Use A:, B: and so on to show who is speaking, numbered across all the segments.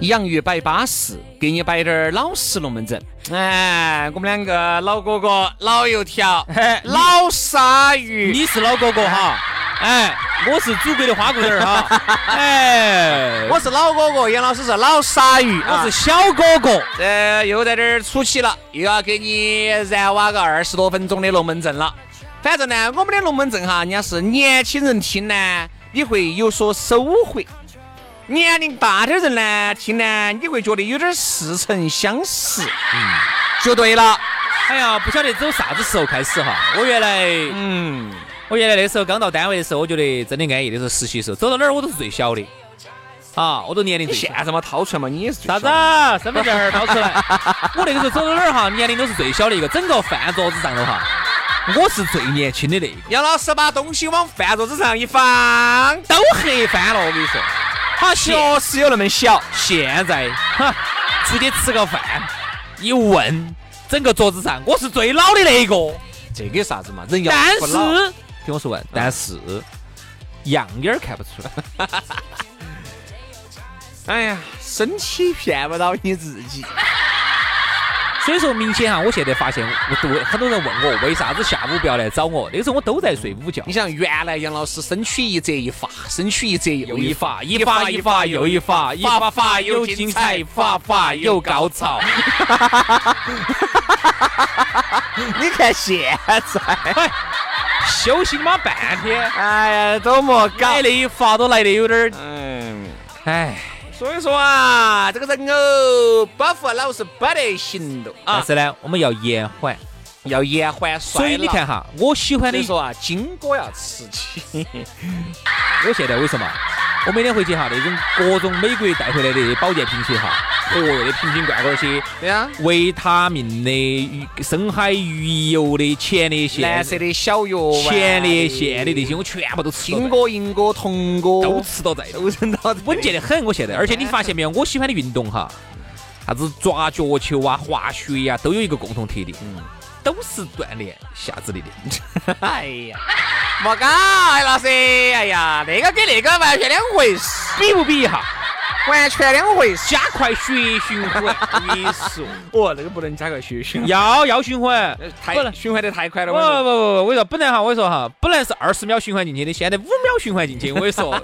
A: 洋芋摆巴适，给你摆点儿老实龙门阵。哎，我们两个老哥哥、老油条、老鲨鱼，
B: 你是老哥哥哈，哎，我是祖国的花骨朵儿哈，哎，
A: 我是老哥哥，杨老师是老鲨鱼，
B: 我
A: 啊
B: 是小哥哥。
A: 这又在这儿出奇了，又要给你燃挖个二十多分钟的龙门阵了。反正呢，我们的龙门阵哈，人家是年轻人听呢，你会有所收获；年龄大点儿人呢，听呢，你会觉得有点似曾相识。嗯，就对了。
B: 哎呀，不晓得走啥子时候开始哈。我原来，
A: 嗯，
B: 我原来那时候刚到单位的时候，我觉得真的安逸。那时候实习的时候，走到哪儿我都是最小的，啊，我都年龄
A: 你
B: 最
A: 现
B: 小。
A: 在嘛掏出来嘛，你也是最
B: 啥子
A: 小的？
B: 啊？身份证儿掏出来！我那个时候走到哪儿哈，年龄都是最小的一个，整个饭桌子上头哈，我是最年轻的那个。
A: 杨老师把东西往饭桌子上一放，
B: 都黑翻了，我跟你说。好现
A: 确实有那么小。
B: 现在哈，出去吃个饭，一问整个桌子上我是最老的那一个，
A: 这个有啥子嘛？人要
B: 但
A: 不老
B: 是听我说完，但是样眼儿看不出来。
A: 哎呀，身体骗不到你自己。
B: 所以说，明显哈，我现在发现，我都很多人问我为啥子下午不要来找我，那个时候我都在睡午觉
A: 你。想，原来杨老师身躯一折一发，身躯一折又
B: 又
A: 一
B: 一
A: 发，
B: 发，一发一发又一发，一发发又精彩，发发又高潮。
A: 你看现在，
B: 休息他妈半天，
A: 哎呀，多么
B: 来那一发都来的有点儿，
A: 嗯，
B: 哎。
A: 所以说啊，这个人哦，包袱老是不得行动
B: 但
A: 啊，
B: 是呢，我们要延缓。
A: 要延缓衰
B: 所
A: 老。
B: 以你看，哈，我喜欢的
A: 所以，说啊，金哥要吃起。
B: 我现在为什么？我每天回去哈，那种各种美国带回来的保健品去哈，哦哟，那瓶瓶罐罐些
A: 对呀，
B: 维他命的、鱼深海鱼油的、前列腺
A: 蓝、色的小药丸，
B: 前列腺的那些，我全部都吃到
A: 金
B: 在，
A: 哥、银哥、铜哥
B: 都吃到在，
A: 都扔到这里
B: 稳健的很。我现在，而且你发现没有，我喜欢的运动哈，啥子抓脚球啊、滑雪呀、都有一个共同特点，都是锻炼下肢力的。
A: 哎呀，莫搞，哎老师，哎呀，那个跟那个完全两回事，
B: 比不比一下？
A: 完全两回事。
B: 加快血循环，你说
A: 哦，那个不能加快血哦循，
B: 要要循环，不
A: 太
B: 能。
A: 循环得太快
B: 不
A: 了。
B: 不不不，
A: 我跟你说
B: 我跟你说，本来哈，我跟你说哈，本来是二十秒循环进去的，现在五秒循环进去，我跟你说，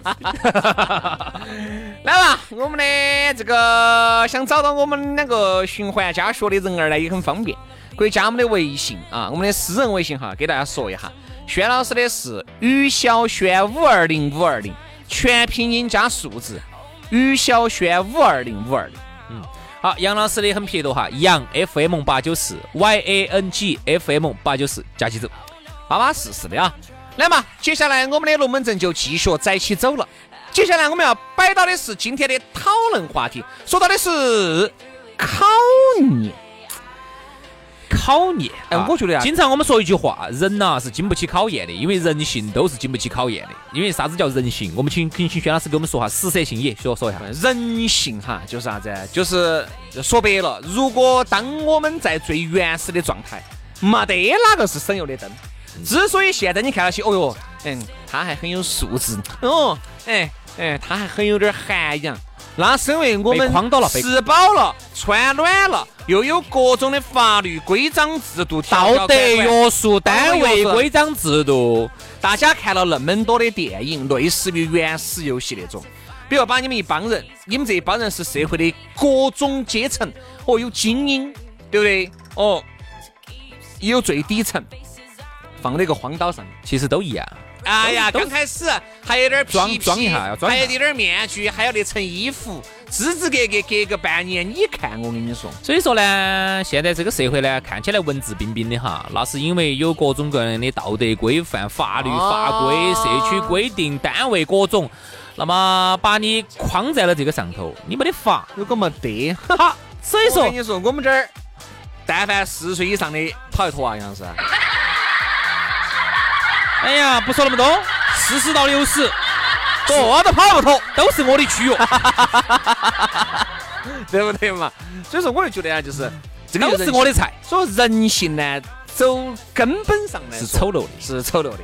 A: 来吧，我们的这个想找到我们两个循环家学的人儿呢，也很方便，可以加我们的微信啊，我们的私人微信哈，给大家说一下，轩老师的是于小轩五二零五二零，全拼音加数字，于小轩五二零五二零。
B: 好，杨老师的很撇脱哈，杨 FM 八九四 Y A N G F M 八九四加起走，
A: 巴巴适适的啊。来嘛，接下来我们的龙门阵就继续在一起走了。接下来我们要摆到的是今天的讨论话题，说到的是考验。
B: 考验。
A: 哎
B: 啊
A: 我觉得啊
B: 经常我们说一句话，人呐、是经不起考验的，因为人性都是经不起考验的。因为啥子叫人性？我们请请请轩老师给我们说下实色性也说说一下。
A: 呃人性哈，就是啥子？就是说白了，如果当我们在最原始的状态，没得哪个是省油的灯。
B: 嗯
A: 之所以现在你看到起，哦哟，嗯，他还很有素质，哦，哎哎，他还很有点涵养，那是因为我们
B: 被框到了被
A: 吃饱了，穿暖了，又有各种的法律规章制度、条
B: 道
A: 条
B: 德
A: 规规
B: 约束单位规章制度，
A: 哦大家看了那么多的电影，类似于原始游戏那种，比如把你们一帮人，你们这一帮人是社会的各种阶层，哦，有精英，对不对？哦，也有最底层，放到一个荒岛上面。
B: 其实都一样。
A: 哎呀，
B: 都是
A: 刚开始还有点皮
B: 装
A: 皮
B: 装一下要装一
A: 还
B: 下
A: 有点面具，还有那层衣服，支支格格隔个半年，你看我跟你说，
B: 所以说呢，现在这个社会呢，看起来文质彬彬的哈，那是因为有各种各样的道德规范、法律
A: 啊
B: 法规、社区规定、单位各种，那么把你框在了这个上头，你没得法。
A: 如果没得，
B: 好，所以
A: 我
B: 说
A: 跟你说，我们这儿但凡四十岁以上的讨一坨啊，杨老师，
B: 哎呀，不说那么多，四十到六十，多都跑不脱，都是我的 区域，
A: 对不对嘛？所以说，我就觉得啊，就是这个
B: 都
A: 就是
B: 我的菜，
A: 所以人性呢，走根本上嗯来
B: 是
A: 说
B: 丑陋的。
A: 是丑陋的，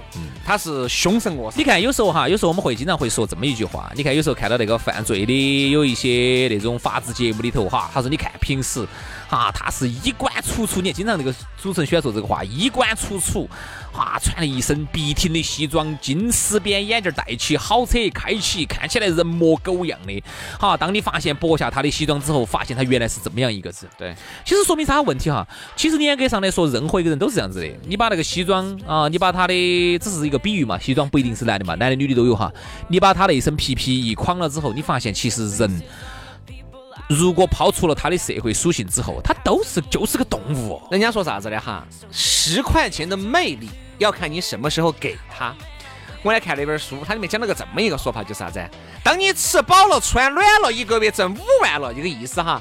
A: 它是凶神恶煞。
B: 你看，有时候哈，有时候我们会经常会说这么一句话。你看，有时候看到那个犯罪的有一些那种法制节目里头哈，他说你看平时哈，他是衣冠楚楚。你看，经常那个主持人喜欢说这个话，衣冠楚楚，啊，穿了一身笔挺的西装，金丝边眼镜戴起，好车开起，看起来人模狗样的。哈，当你发现剥下他的西装之后，发现他原来是这么样一个人。
A: 对，
B: 其实说明啥问题哈？其实你严格上来说，任何一个人都是这样子的。你把那个西装啊、你把他的只是一个比喻嘛，西装不一定是男的嘛，男的女的都有哈。你把他那一身皮皮一框了之后，你发现其实人如果抛除了他的社会属性之后，他都是就是个动物。哦
A: 人家说啥子的哈？十块钱的魅力要看你什么时候给他。我来看了一本书，它里面讲了个这么一个说法，就是啥子？当你吃饱了、穿暖了，一个月挣五万了，这个意思哈。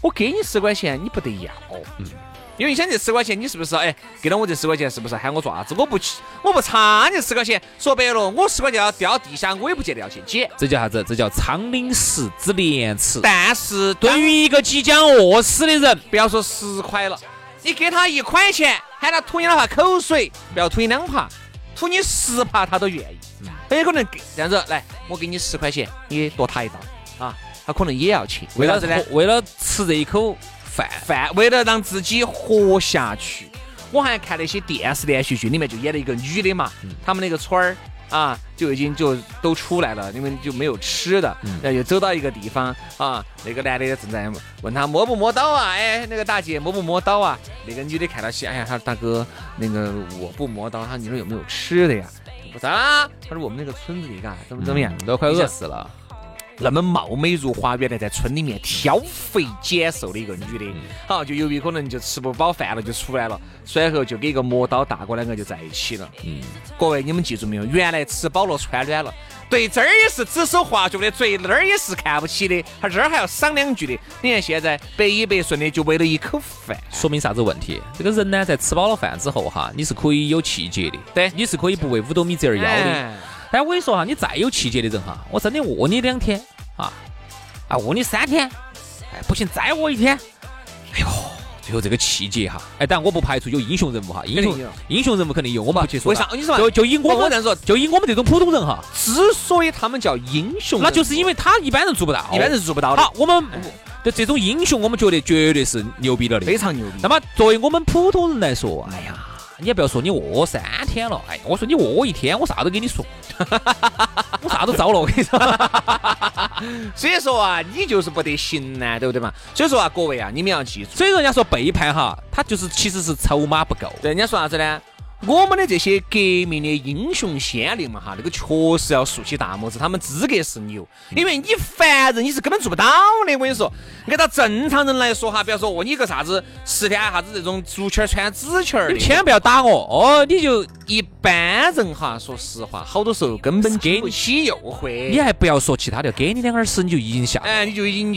A: 我给你十块钱，你不得要。因为你想这十块钱，你是不是哎给了我这十块钱，是不是喊我做啥子？我不去，我不差你十块钱。说白了，我十块钱要掉地下，我也不见得要去捡。
B: 这叫啥子？这叫苍廪实之廉耻。
A: 但是对
B: 对
A: 于
B: 于一个即将饿死的人，
A: 不要说十块了，你给他一块钱，喊他吐你两下口水，不要吐你两耙，吐你十耙他都愿意。很有可能给这样子，来，我给你十块钱，你多他一刀啊，他可能也要去，为啥子呢？
B: 为了吃这一口饭，
A: 饭为了让自己活下去，我还看那些电视连续剧，里面就演了一个女的嘛，
B: 嗯
A: 他们那个村儿啊，就已经就都出来了，因为就没有吃的，
B: 嗯
A: 然后就走到一个地方啊，那个男的正在问他摸不摸刀啊？哎，那个大姐摸不摸刀啊？那个女的看到起，哎呀，她说大哥，那个我不摸刀，她说你说有没有吃的呀？不是啊，她说我们那个村子里嘎怎么怎么样，
B: 嗯都快
A: 你
B: 饿
A: 想
B: 死了。
A: 那么貌美如花，原来在村里面挑肥拣瘦的一个女的，好，就由于可能就吃不饱饭了，就出来了，出来后就跟一个磨刀大哥两个就在一起了。嗯，各位你们记住没有？原来吃饱了穿暖了，对这儿也是指手画脚的，对那儿也是看不起的，他这儿还要赏两句的。你看现在百依百顺的，就为了一口饭。
B: 说明啥子问题？这个人呢，在吃饱了饭之后哈，你是可以有气节的，
A: 对
B: 你是可以不为五斗米折耳腰的。
A: 哎
B: 但我跟你说哈，你再有气节的人哈，我真的饿你两天啊，啊饿你三天，哎不行再饿一天，哎呦，最后这个气节哈，哎，但我不排除有英雄人物哈，英雄
A: 肯定有
B: 英雄人物肯定有，我们不去说
A: 为
B: 他。
A: 啥？你说嘛
B: 就就以我
A: 我这
B: 们
A: 样说，
B: 就以我们这种普通人哈，
A: 之所以他们叫英雄人物，
B: 那就是因为他一般人做不到，
A: 一般人是做不到的，
B: 好，我们就这种英雄，我们觉得绝对是牛逼了的，
A: 非常牛逼。
B: 那么作为我们普通人来说，哎呀，你也不要说你饿三天了，哎，我说你饿一天，我啥都跟你说， 我啥都遭了，我跟你说。
A: 所以说啊，你就是不得行呢、对不对嘛？所以说啊，各位啊，你们要记住，
B: 所以说人家说背叛哈，他就是其实是筹码不够。
A: 人家说啥子呢？我们的这些革命的英雄先烈们哈，那个确实要竖起大拇指，他们资格是牛，
B: 嗯
A: 因为你凡人你是根本做不到的。我跟你说，按照正常人来说哈，不要说哦，你个啥子十天啊啥子这种足球儿穿纸球儿
B: 你们
A: 的，
B: 千万不要打我哦，你就
A: 一般人哈，说实话，好多时候根本经不起诱惑。
B: 你还不要说其他的，给你两耳屎你就已经下了。
A: 哎，你就已经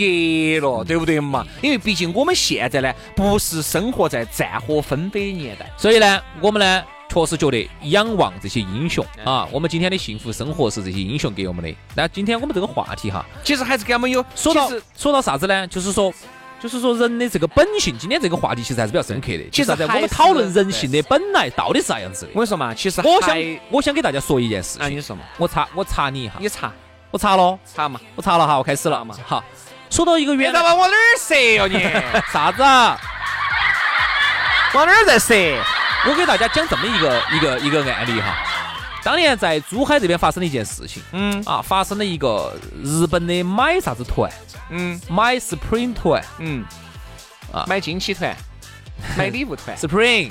A: 热了，对不对嘛？因为毕竟我们现在呢，不是生活在战火纷飞的年代。
B: 所以呢，我们呢确实觉得仰望这些英雄啊，我们今天的幸福生活是这些英雄给我们的。那今天我们这个话题哈，
A: 其实还是给我们有
B: 说到
A: 其实
B: 说到啥子呢？就是说，就是说人的这个本性，今天这个话题其实还是比较深刻的。
A: 其实
B: 就是在我
A: 还
B: 们
A: 是
B: 讨论人性的本来到底是啥样子
A: 我
B: 的。
A: 跟你说嘛，其实
B: 我
A: 还
B: 想我想给大家说一件事
A: 啊，
B: 情，
A: 你说嘛，
B: 我查我查你一下，
A: 你查
B: 我查了，
A: 查嘛，哎
B: 我查了哈，我开始了嘛。好，说到一个
A: 别
B: 原
A: 再
B: 来
A: 往我哪儿射哟你，
B: 啥子啊？
A: 往哪儿在射？
B: 我给大家讲这么一个一个一个案例哈，当年在珠海这边发生了一件事情，
A: 嗯
B: 啊，发生了一个日本的买啥子团，
A: 嗯
B: 买 Spring 团
A: 嗯，
B: 啊，
A: 买惊喜 团，买礼物团
B: ，Spring，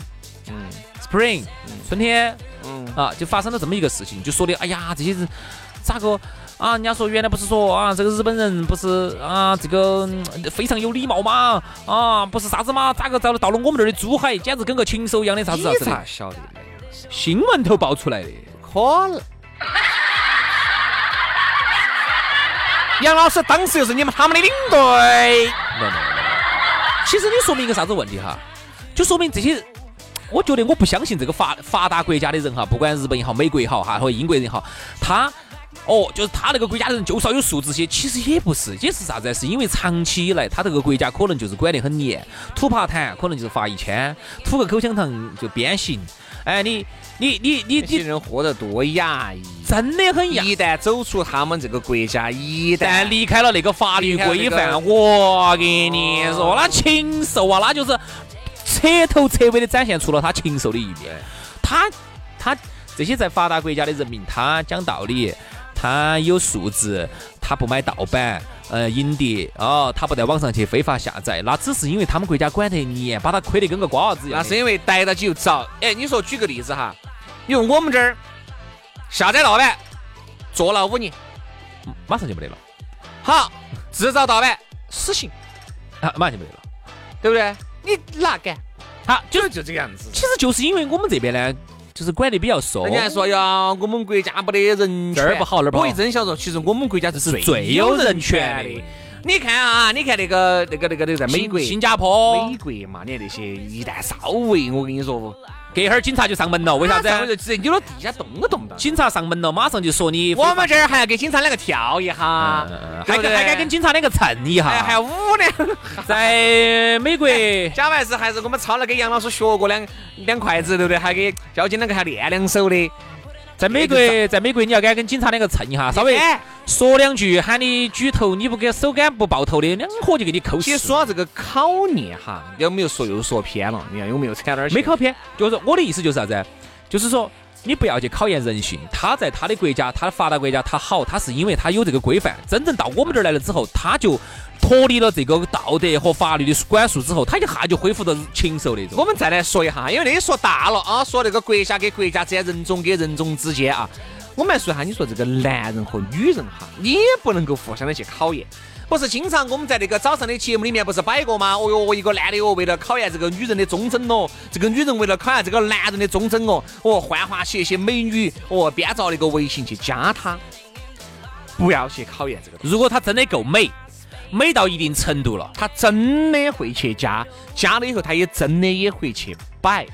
A: 嗯
B: Spring，春天
A: 嗯
B: 啊，就发生了这么一个事情，就说的，哎呀，这些人咋个啊？人家说原来不是说啊，这个日本人不是啊，这个嗯非常有礼貌嘛，啊，不是啥子嘛，咋个到了到了我们这儿的珠海，简直跟个禽兽一样的啥子啥子的？
A: 晓得的？
B: 新闻头爆出来的，
A: 可能。杨老师当时又是你们他们的领队，
B: 没有没有没有。其实你说明一个啥子问题哈？就说明这些。我觉得我不相信这个发发达国家的人哈，不管日本也好、美国也好哈，或者英国人也好，他哦，就是他那个国家的人就少有素质些，其实也不是，也是啥子呢？是因为长期以来他这个国家可能就是管得很严，吐爬痰可能就是罚一千，吐个口香糖就鞭刑，哎，你你你你
A: 这些
B: 你
A: 人活得多压抑。
B: 真的很严。
A: 一旦走出他们这个国家，一
B: 但
A: 旦
B: 离开了那个法律规
A: 离开了
B: 范，我跟你说，那禽兽啊，那就是彻头彻尾的展现出了他禽兽的一面。他他这些在发达国家的人民，他讲道理，他有素质，他不买盗版。呃，影碟哦，他不在网上去非法下载，那只是因为他们国家管得严，把他亏得跟个瓜娃子一样
A: 那
B: 的。
A: 是因为逮到起就遭。哎，你说举个例子哈，你说我们这儿下载盗版坐牢五年，
B: 马上就没得了
A: 好，制造盗版死刑，
B: 啊，马上就没得了。
A: 对不对？你哪敢？
B: 好，
A: 就是就这个样子。
B: 其实就是因为我们这边呢，就是管得比较松。
A: 人家还说呀，我们国家没得人权，
B: 这儿不好那儿不好
A: 我一真想说，其实我们国家是
B: 是
A: 最
B: 最
A: 有
B: 有
A: 人
B: 人
A: 权
B: 权
A: 的
B: 的。
A: 你看啊，你看那个那个那个那个在美国
B: 新。新加坡
A: 美国嘛，你看那些一旦稍微，我跟你说，
B: 隔一会儿警察就上门了，为啥子？
A: 就直接扭到地下动都动不到。
B: 警察上门了，马上就说你非
A: 我
B: 法。
A: 们这儿还要给警察两个跳一下
B: 嗯嗯，嗯
A: 对
B: 还
A: 不对
B: 敢还敢跟警察两个蹭一
A: 哎，还
B: 下
A: 有。五两。
B: 在美国，
A: 假还是还是我们抄了给杨老师学过两两筷子，对不对？还给交警两个还练两手的。
B: 在美国，在美国，你要敢跟警察两个蹭一下，稍微
A: 哎
B: 说两句，喊你举头，你不给手杆不抱头的，两伙就给你扣
A: 其实
B: 死。
A: 说到这个考验哈，有没有说又说偏了？你看有没有扯点儿去？
B: 没考偏，就是我的意思就是啥子？就是说你不要去考验人性。他在他的国家，他的发达国家，他好，他是因为他有这个规范。真正到我们这儿来了之后，他就脱离了这个道德和法律的管束之后，他一下就恢复到禽兽那种。
A: 我们再来说一下，因为那些说大了啊，说那个国家跟国家之间，人种跟人种之间啊，我们来说一下，你说这个男人和女人哈，你也不能够互相的去考验。不是经常我们在那个早上的节目里面不是摆过吗？哦哟，一个男的哦，为了考验这个女人的忠贞哦，这个女人为了考验这个男人的忠贞哦，哦，幻化起一些美女，哦，编造那个微信去加他，不要去考验这个东西。
B: 如果她真的够美，美到一定程度了，
A: 他真的会去加，加了以后他也真的也会去摆。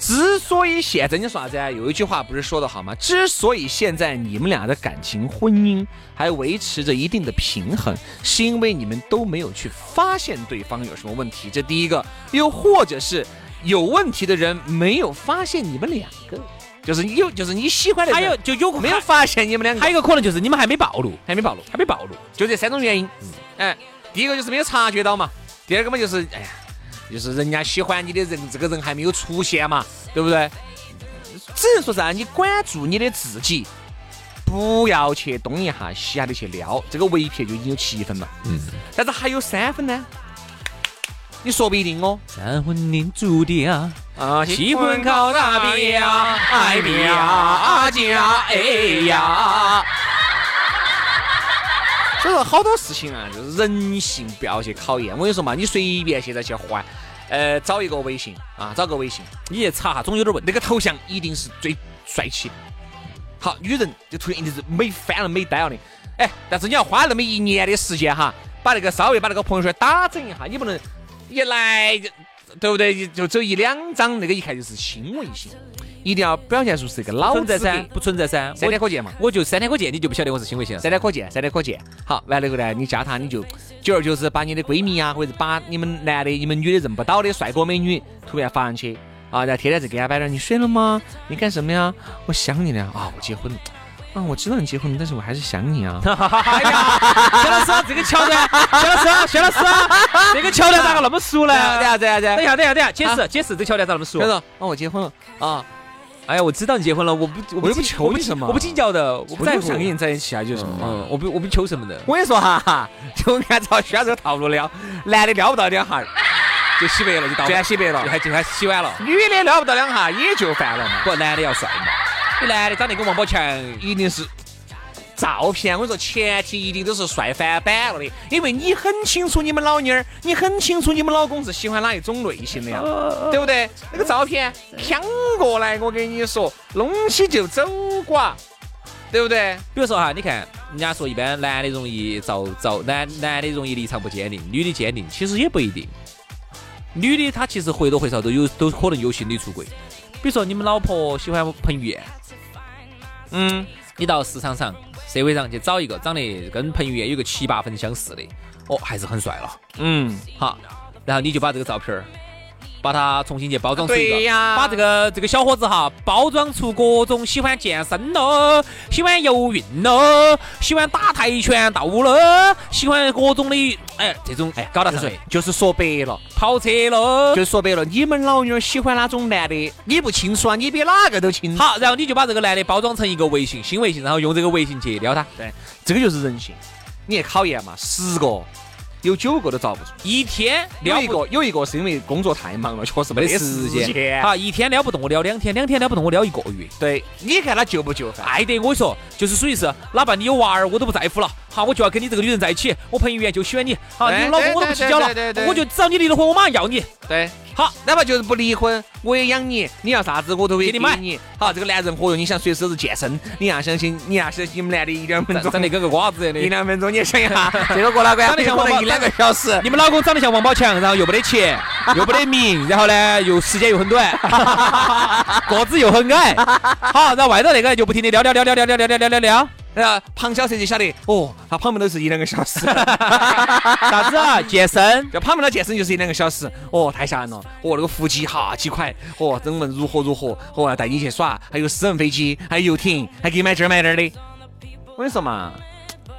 A: 之所以现在你说啥子啊？有一句话不是说的好吗？之所以现在你们俩的感情、婚姻还维持着一定的平衡，是因为你们都没有去发现对方有什么问题，这第一个；又或者是有问题的人没有发现你们两个，就是你有，就是你喜欢的人，
B: 还有就有
A: 没有发现你们两个，
B: 还有一个可能就是你们还没暴露，
A: 还没暴露。
B: 还没暴露。
A: 就这三种原因。
B: 嗯
A: 哎，第一个就是没有察觉到嘛，第二个嘛就是哎呀，就是人家喜欢你的人，这个人还没有出现嘛，对不对？只能说啥，你管住你的自己，不要去东一下西一下的去撩，这个围撇就已经有七分了。嗯，但是还有三分呢，你说不一定哦。
B: 三婚另注定啊，
A: 啊，
B: 喜欢靠大边啊爱边
A: 啊
B: 啊
A: 家哎呀。所以说好多事情啊，就是人性不要去考验。我跟你说嘛，你随便现在去换，呃，找一个微信啊，找个微信，
B: 你去查哈，总有点问题。
A: 那个头像一定是最帅气的。好，女人这图像一定是美翻了、美呆了的。哎，但是你要花那么一年的时间哈，把那个稍微把那个朋友圈打整一下，你不能一来就对不对？就走一两张，那个一看就是新微信，一定要表现出是一个老
B: 存
A: 资
B: 在
A: 格
B: 噻，。不存在噻。
A: 三天可见嘛，
B: 我就三天可见，你就不晓得我是新微信了。
A: 三天可见，三天可见。好，完了以后呢，你加他，你就久而久之把你的闺蜜啊，或者是把你们男的、你们女的认不到的帅哥美女图片发上去啊，然后天天在给他摆着，你睡了吗？你干什么呀？我想你了啊，我结婚了。啊，我知道你结婚了，但是我还是想你 啊。
B: 哎呀，薛老师，这个桥段，薛老师，薛老师，这个桥段咋个那么熟呢？
A: 对啊，对啊，对啊
B: 哎等一。下，等一下，等一下，解
A: 啊
B: 释解释，这个桥段咋那么熟
A: 他？说：“哦，我结婚了啊，
B: 哎呀，我知道你结婚了，我不，我
A: 我
B: 不
A: 又不
B: 计
A: 求
B: 我不
A: 你
B: 计
A: 什么
B: 我不计较的，我不
A: 我
B: 在
A: 就
B: 乎。
A: 想跟你在一起啊，就是嘛。
B: 嗯，我不，我不求什么的，
A: 我跟你说哈，哈，就按照轩这个套路撩，男的撩不到两下儿，
B: 就洗白了就到，
A: 全洗白
B: 就
A: 了；
B: 还就还洗完了。
A: 女的撩不到两下也就烦了嘛。
B: 不，男的要帅嘛，你男的长得跟王宝强，
A: 一定是照片，我跟你说，前提一定都是帅翻版了的，因为你很清楚你们老妞儿，你很清楚你们老公是喜欢哪一种类型的呀，对不对？那个照片扛过来，我跟你说，弄起就走瓜，对不对？
B: 比如说哈，你看人家说一般男的容易遭遭男男的容易立场不坚定，女的坚定，其实也不一定。女的她其实或多或少都有都可能有心理出轨，比如说你们老婆喜欢彭于晏，
A: 嗯，
B: 你到市场上、社会上去找一个长得跟彭于晏有个七八分相似的，哦，还是很帅了。
A: 嗯，
B: 好，然后你就把这个照片儿，把它重新去包装出一个，
A: 对呀
B: 把这个这个小伙子哈，包装出各种喜欢健身喽，喜欢游泳喽，喜欢打跆拳道喽，喜欢各种的，哎，这种哎，搞到上
A: 就是
B: 去
A: 就是说白了。
B: 跑车喽。
A: 就说白了，你们老妞儿喜欢哪种男的，你不清楚啊，你比哪个都清楚。
B: 好，然后你就把这个男的包装成一个微信新微信，然后用这个微信去撩他，
A: 对，这个就是人性。你也考验嘛，十个有九个都遭不住，
B: 一天
A: 有
B: 撩
A: 一
B: 不
A: 个有一个是因为工作太忙了，确实
B: 没
A: 没
B: 得
A: 得
B: 时
A: 时
B: 间，
A: 间。
B: 好，一天撩不动我撩两天，两天撩不动我撩一个月。
A: 对，你看他就不就范？
B: 爱得我说，就是属于是，哪怕你有娃儿，我都不在乎了。好，我就要跟你这个女人在一起。我彭于晏就喜欢你，好，
A: 对
B: 你老公我都不计较了
A: 对对对对，对
B: 我就只要你离了婚，我马上要你。
A: 对，
B: 好，
A: 哪怕就是不离婚，我也养你，你要啥子我都会
B: 给
A: 给
B: 你
A: 你
B: 买
A: 好，这个男人活用，你想随时是健身，你要相信，你要相信你们男的一两分
B: 长
A: 钟，
B: 长得跟个瓜子一样
A: 一
B: 的，
A: 两分钟，你 也想一下，这个过哪关？
B: 长得像王八
A: 可能一两个小时。
B: 你们老公长得像王宝强，然后又没得钱，又没得名，然后呢又时间又很短，个子又很矮。好，然后外头那个就不停的撩撩撩撩撩撩撩撩撩撩撩，
A: 然后啊旁敲侧击晓得，哦，他旁边都是一两个小时。
B: 啥子啊？健身。
A: 就旁边的健身就是一两个小时，哦，太吓人了！哦，那个腹肌哈几块，哦，整们如何如何，哦，要带你去耍，还有私人飞机，还有游艇，还给你买这儿买那儿的。我跟你说嘛，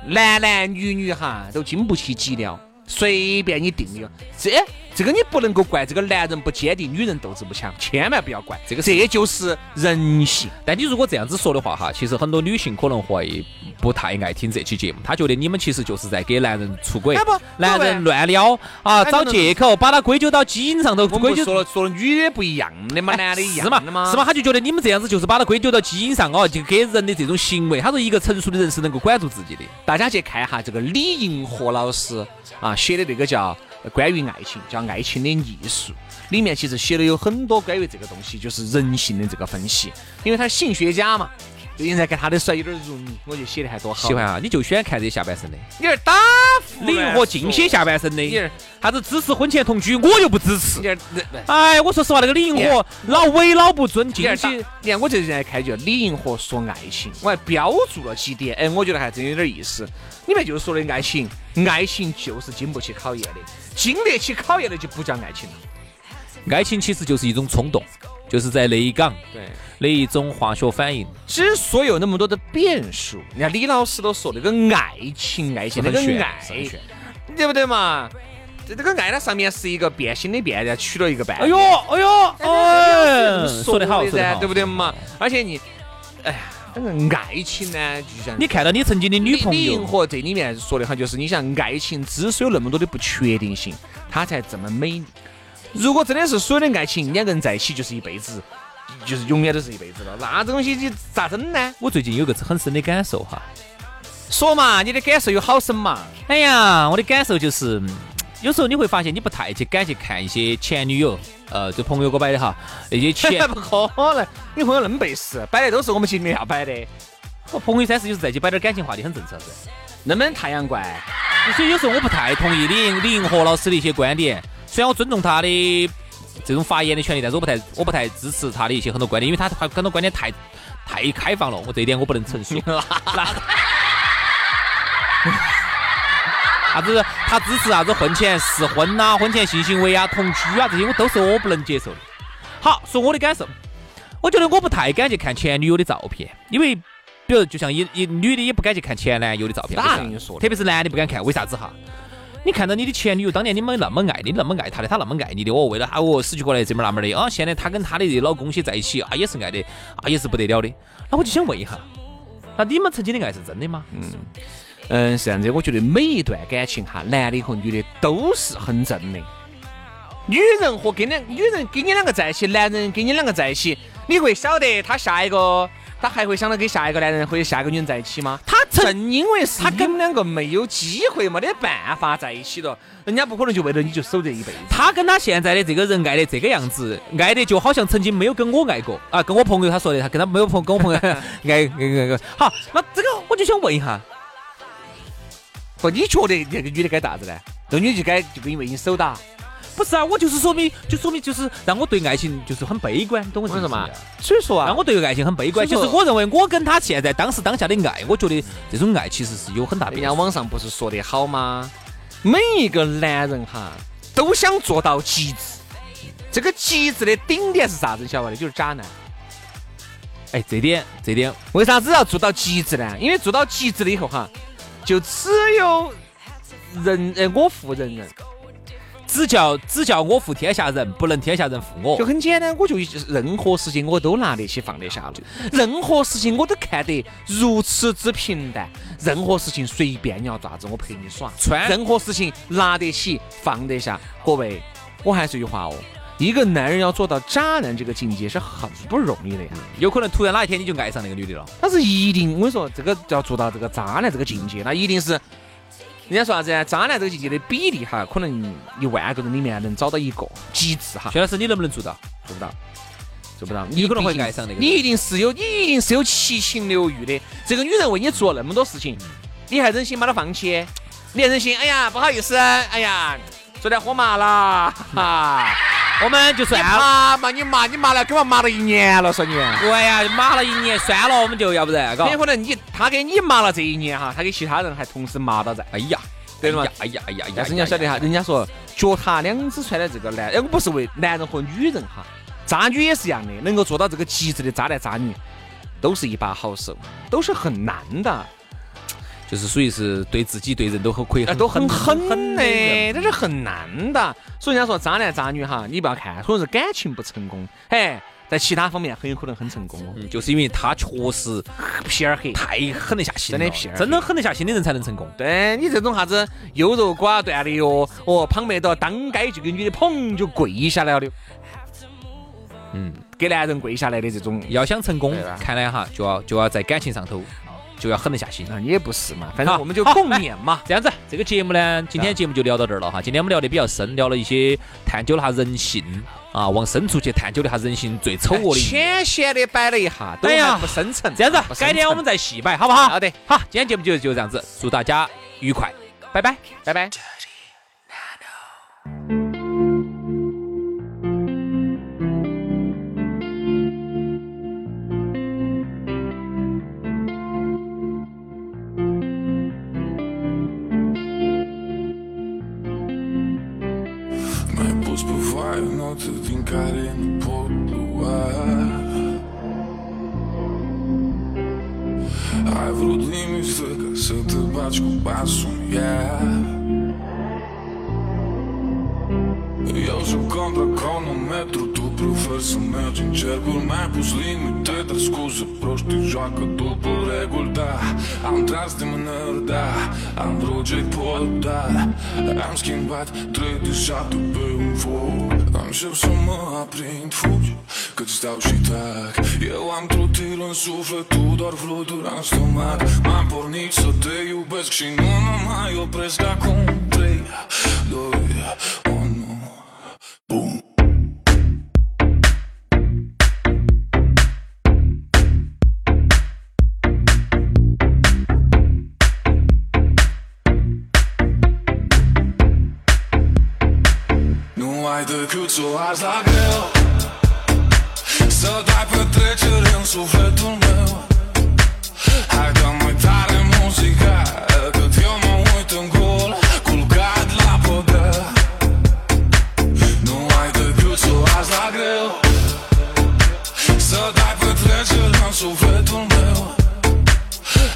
A: 男男女女哈都经不起挤撩，随便你定义。这这个你不能够怪这个男人不坚定，女人斗志不强，千万不要怪
B: 这个是
A: 这就是人性。
B: 但你如果这样子说的话，哈，其实很多女性可能会不太爱听这期节目，她觉得你们其实就是在给男人出轨
A: 哎不，
B: 男
A: 各位
B: 人乱撩啊，
A: 哎
B: 找
A: 等等
B: 借口，把他归咎到基因上头，
A: 我们
B: 归
A: 不
B: 咎哎
A: 是说了说了女的不一样的嘛，男的一样
B: 是嘛
A: 的嘛，
B: 是嘛，？他就觉得你们这样子就是把他归咎到基因上哦，就给人的这种行为。他说一个成熟的人是能够管住自己的，
A: 大家去看一下这个李银河老师啊写的那个叫《关于爱情》，叫《爱情的艺术》，里面其实写的有很多关于这个东西，就是人性的这个分析。因为他是性学家嘛，最近在看他的书有点入迷，我觉得写的还多好。
B: 喜欢啊，你就喜欢看这些下半身的，
A: 有点打胡
B: 灵
A: 乱
B: 活
A: 说
B: 尽些，下半身
A: 有点
B: 的，啥子支持婚前同居，我又不支持
A: 有。点不
B: 哎，我说实话，那个李银河老为老不尊，进
A: 有点
B: 去
A: 打。你看我这人看就李银河说爱情，我还标注了几点，哎，我觉得还真有点意思。里面就是说的爱情，爱情就是经不起考验的，经得起考验的就不叫爱情了。
B: 爱情其实就是一种冲动，就是在内港。
A: 对。
B: 的一种化学反应，
A: 之所以有那么多的变数，你看李老师都说那个爱情，爱情那
B: 很
A: 个
B: 玄，
A: 爱，
B: 是很玄。
A: 对不对嘛？这这个爱它上面是一个变形的变，然后取了一个半。
B: 哎呦，哎呦，哎，说得好，说得好，
A: 对不对嘛？而且你，哎呀，这个爱情呢，就像
B: 你看到你曾经的女朋
A: 李银
B: 友，
A: 河这里面说的哈，就是你想爱情之所以有那么多的不确定性，它才这么美丽。如果真的是所有的爱情，两个人在一起就是一辈子，就是永远都是一辈子了，那这东西你咋整呢？
B: 我最近有个很深的感受哈。
A: 说嘛，你的感受有好深嘛？
B: 哎呀，我的感受就是，嗯有时候你会发现你不太去敢去看一些前女友，呃，就朋友给我摆的哈，那些前
A: 不可能，你朋友那么背时，摆的都是我们节目要摆的。
B: 我朋友三十就是在去摆点感情话题，很正常噻。
A: 那么太阳怪，
B: 所以有时候我不太同意李银李银河老师的一些观点，虽然我尊重他的这种发言的权利，但是我不太我不太支持他的一些很多观点，因为他他很多观点太太开放了，我这一点我不能承受。啥子他支持啥子婚前试婚呐、婚前性行为啊、同居啊这些，我都是我不能接受的。好，说我的感受，我觉得我不太敢去看前女友的照片，因为。比如，就像一一女的也不敢去看前男友的照片，
A: 那
B: 为啥
A: 跟你说的
B: 特别是男的不敢看，为啥子哈？你看到你的前女友当年你们那么爱你，那么爱她的，她那么爱你的，哦，为了她哦死去活来这么那么的啊，现在她跟她的这老公些在一起啊，也是爱的啊，也是不得了的。那我就想问一下，那你们曾经的爱是真的吗？
A: 嗯，是这样子，我觉得每一段感情哈，男的和女的都是很正的。女人和跟两女人跟你两个在一起，男人跟你两个在一起，你会晓得他下一个，他还会想到跟下一个男人或者下一个女人在一起吗？
B: 他曾
A: 正因为是他跟你们两个没有机会，没得办法在一起了，人家不可能就为了你就守这一辈子。
B: 他跟他现在的这个人爱的这个样子，爱的就好像曾经没有跟我爱过啊，跟我朋友他说的，他跟他没有朋跟我朋友哎爱爱爱爱。哎好，那这个我就想问一下，
A: 不，你觉得这个女的该咋子呢？这女的就该就跟你为你手打。
B: 不是啊，我就是说明，就说明就是让我对爱情就是很悲观，懂我意
A: 为
B: 思
A: 什
B: 吗
A: 么？？所以说啊
B: 让，我对爱情很悲观，
A: 所
B: 就
A: 以
B: 是
A: 说
B: 我认为我跟他现在当时当下的爱，我觉得这种爱其实是有很大的
A: 人家网上不是说得好吗？每一个男人哈，都想做到极致。这个极致的顶点是啥子？你晓得吧？就是渣男。
B: 哎，这点这点
A: 为啥子要做到极致呢？因为做到极致了以后哈，就只有人呃我负人人，
B: 只叫只叫我负天下人，不能天下人负我
A: 就。很简单，我就任何事情我都拿得起放得下了，任何事情我都看得如此之平淡，任何事情随便你要咋子我陪你耍，
B: 穿
A: 任何事情拿得起放得下。各位，我还是一句话哦，一个男人要做到渣男这个境界是很不容易的呀。
B: 有可能突然哪一天你就爱上那个女的了，
A: 他是一定，我跟你说，这个要做到这个渣男这个境界，那一定是人家说啥子啊？渣男这个境界的比例哈，可能一万个人里面能找到一个极致哈，
B: 薛老师你能不能做到？
A: 做不到，做不到，
B: 有可能会
A: 毕竟
B: 爱上那个人
A: 你一定是有，你一定是有七情六欲的。这个女人为你做了那么多事情，
B: 嗯
A: 你还忍心把她放弃？你还忍心？哎呀，不好意思，哎呀，昨天喝麻了，哈，
B: 我们就算
A: 你
B: 了。
A: 麻嘛，你麻你麻了，跟我麻了一年了，说 你。
B: 哎呀，麻了一年，算了，我们就要不然，嘎
A: 很。有可能你他给你麻了这一年哈，他给其他人还同时麻到在。
B: 哎呀，
A: 对了嘛
B: 哎呀，哎呀，哎呀，
A: 但是你要晓得哈，人家说脚踏两只船的这个男，哎，我不是为男人和女人哈，渣女也是一样的，能够做到这个极致的渣男渣女，都是一把好手，都是很难的，
B: 就是属于是对自己对人都很可以
A: 哎，
B: 很，
A: 都很狠
B: 很
A: 的
B: 的人，
A: 这是很难的。所以人家说渣男渣女哈，你不要看，可能是感情不成功，哎，在其他方面很有可能很成功哦，
B: 嗯，就是因为他确实
A: 皮儿黑。
B: 太狠得下心了，
A: 真的屁儿
B: 真的狠得下心的人才能成功。
A: 对你这种啥子优柔寡断的哟，哦，旁边到当街就给女的砰就跪下来了，
B: 嗯，
A: 给男人跪下来的这种，
B: 要想成功
A: 对吧，
B: 看来哈，就要就要在感情上头就要狠得下心。
A: 啊，你也不是嘛，反
B: 好
A: 正我们就
B: 好
A: 共勉 嘛。
B: 这样子，这个节目呢，今天节目就聊到这儿了哈。今天我们聊的比较深，聊了一些探究了下人性啊，往深处去探究了下人性最丑恶的一面。
A: 浅显的摆了一下，都
B: 哎呀
A: 还不深沉。
B: 这样子
A: 不，深
B: 改天我们再细摆，好不好？
A: 好的，
B: 好，今天节目就就这样子，祝大家愉快，拜拜。
A: 拜拜。
C: Найбільш бувають ноти він карі не попливає. Ай, в родині встика, се ти бачку басом є. Я вже контракол на метро, ту професор Мелчин Чергор ме позли ми те да скуза Прощи жака дупо регульда Ам драсти ме нерда Ам вроджай пода Ам скимбат трей дишато бе вод Ам ще в сума принт фуч Като стал și так Елам тротил în suflet, udar fluturi în stomac M-am pornit să te iubesc și nu mă mai opresc Acum trei, doi, unu, bum Nu ai decât să o arzi la greu Să dai petrecere în sufletul meu Hai dă mai tare muzica Cât eu mă uit în gol Culcat la podea Nu ai decât să o arzi la greu Să dai petrecere în sufletul meu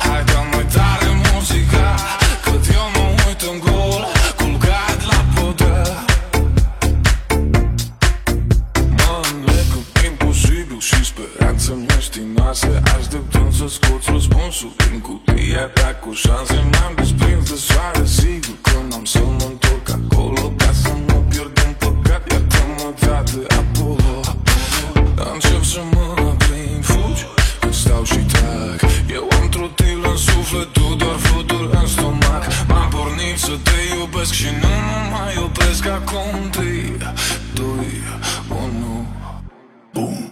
C: Hai dă mai tare muzica Cât eu mă uit în gol Culcat Cu șanse mi-am desprins de soare Sigur când am să mă întorc acolo Ca să nu pierd în păcat Iartă-mă, frate, Apollo Încep să mă prind Fugi când stau și trag Eu am trotil în suflet Tu doar fluturi în stomac M-am pornit să te iubesc Și nu mă mai opresc Acum 3, 2, 1 Boom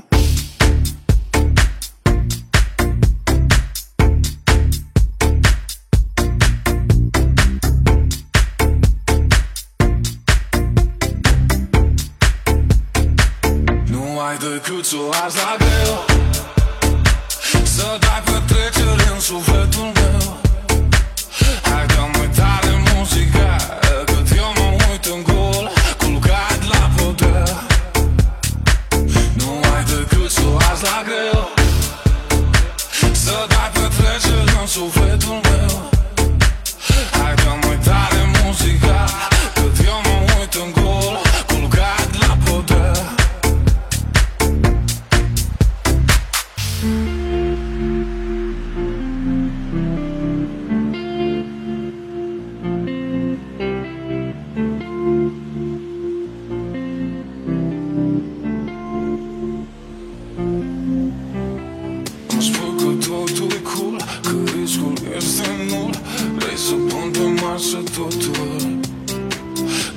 C: Nu ai decât să o lași la greu Să dai petrecere în sufletul meu Hai dăm uitare muzica Cât eu mă uit în gol Culcat la podea Nu ai decât să o lași la greu Să dai petrecere în sufletul meu Hai dăm uitare muzica Cât eu mă uit în gol Culcat la podea Îmi spui că totul e cool Că riscul este nul Vrei să pun pe masă totul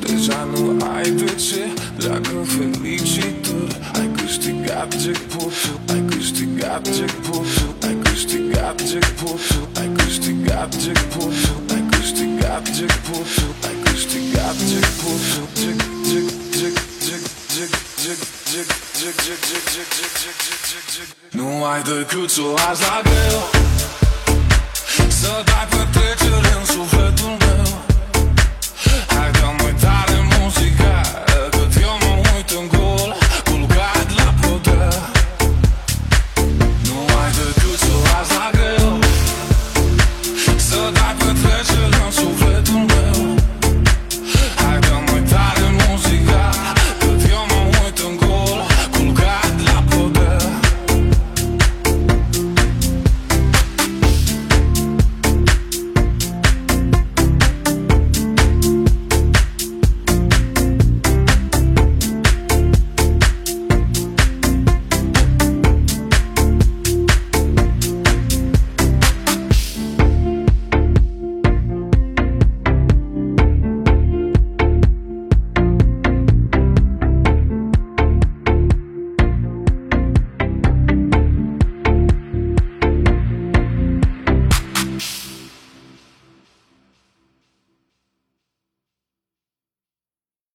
C: Deja nu ai de ce Dragă felicitări Ai câștigat jackpot-ul Ai câștigat jackpot-ul Ai câștigat jackpot-ul Ai câștigat jackpot-ul Ai câștigat jackpot-ul Ai câștigat jackpot-ul Jack, jack, jack, jack, jack, jack, jack, jack, jack, jack, jack, jack, jack, jack, jack, jack. Nu ai decât să o lași la greu Să dai petrecere în sufletul meu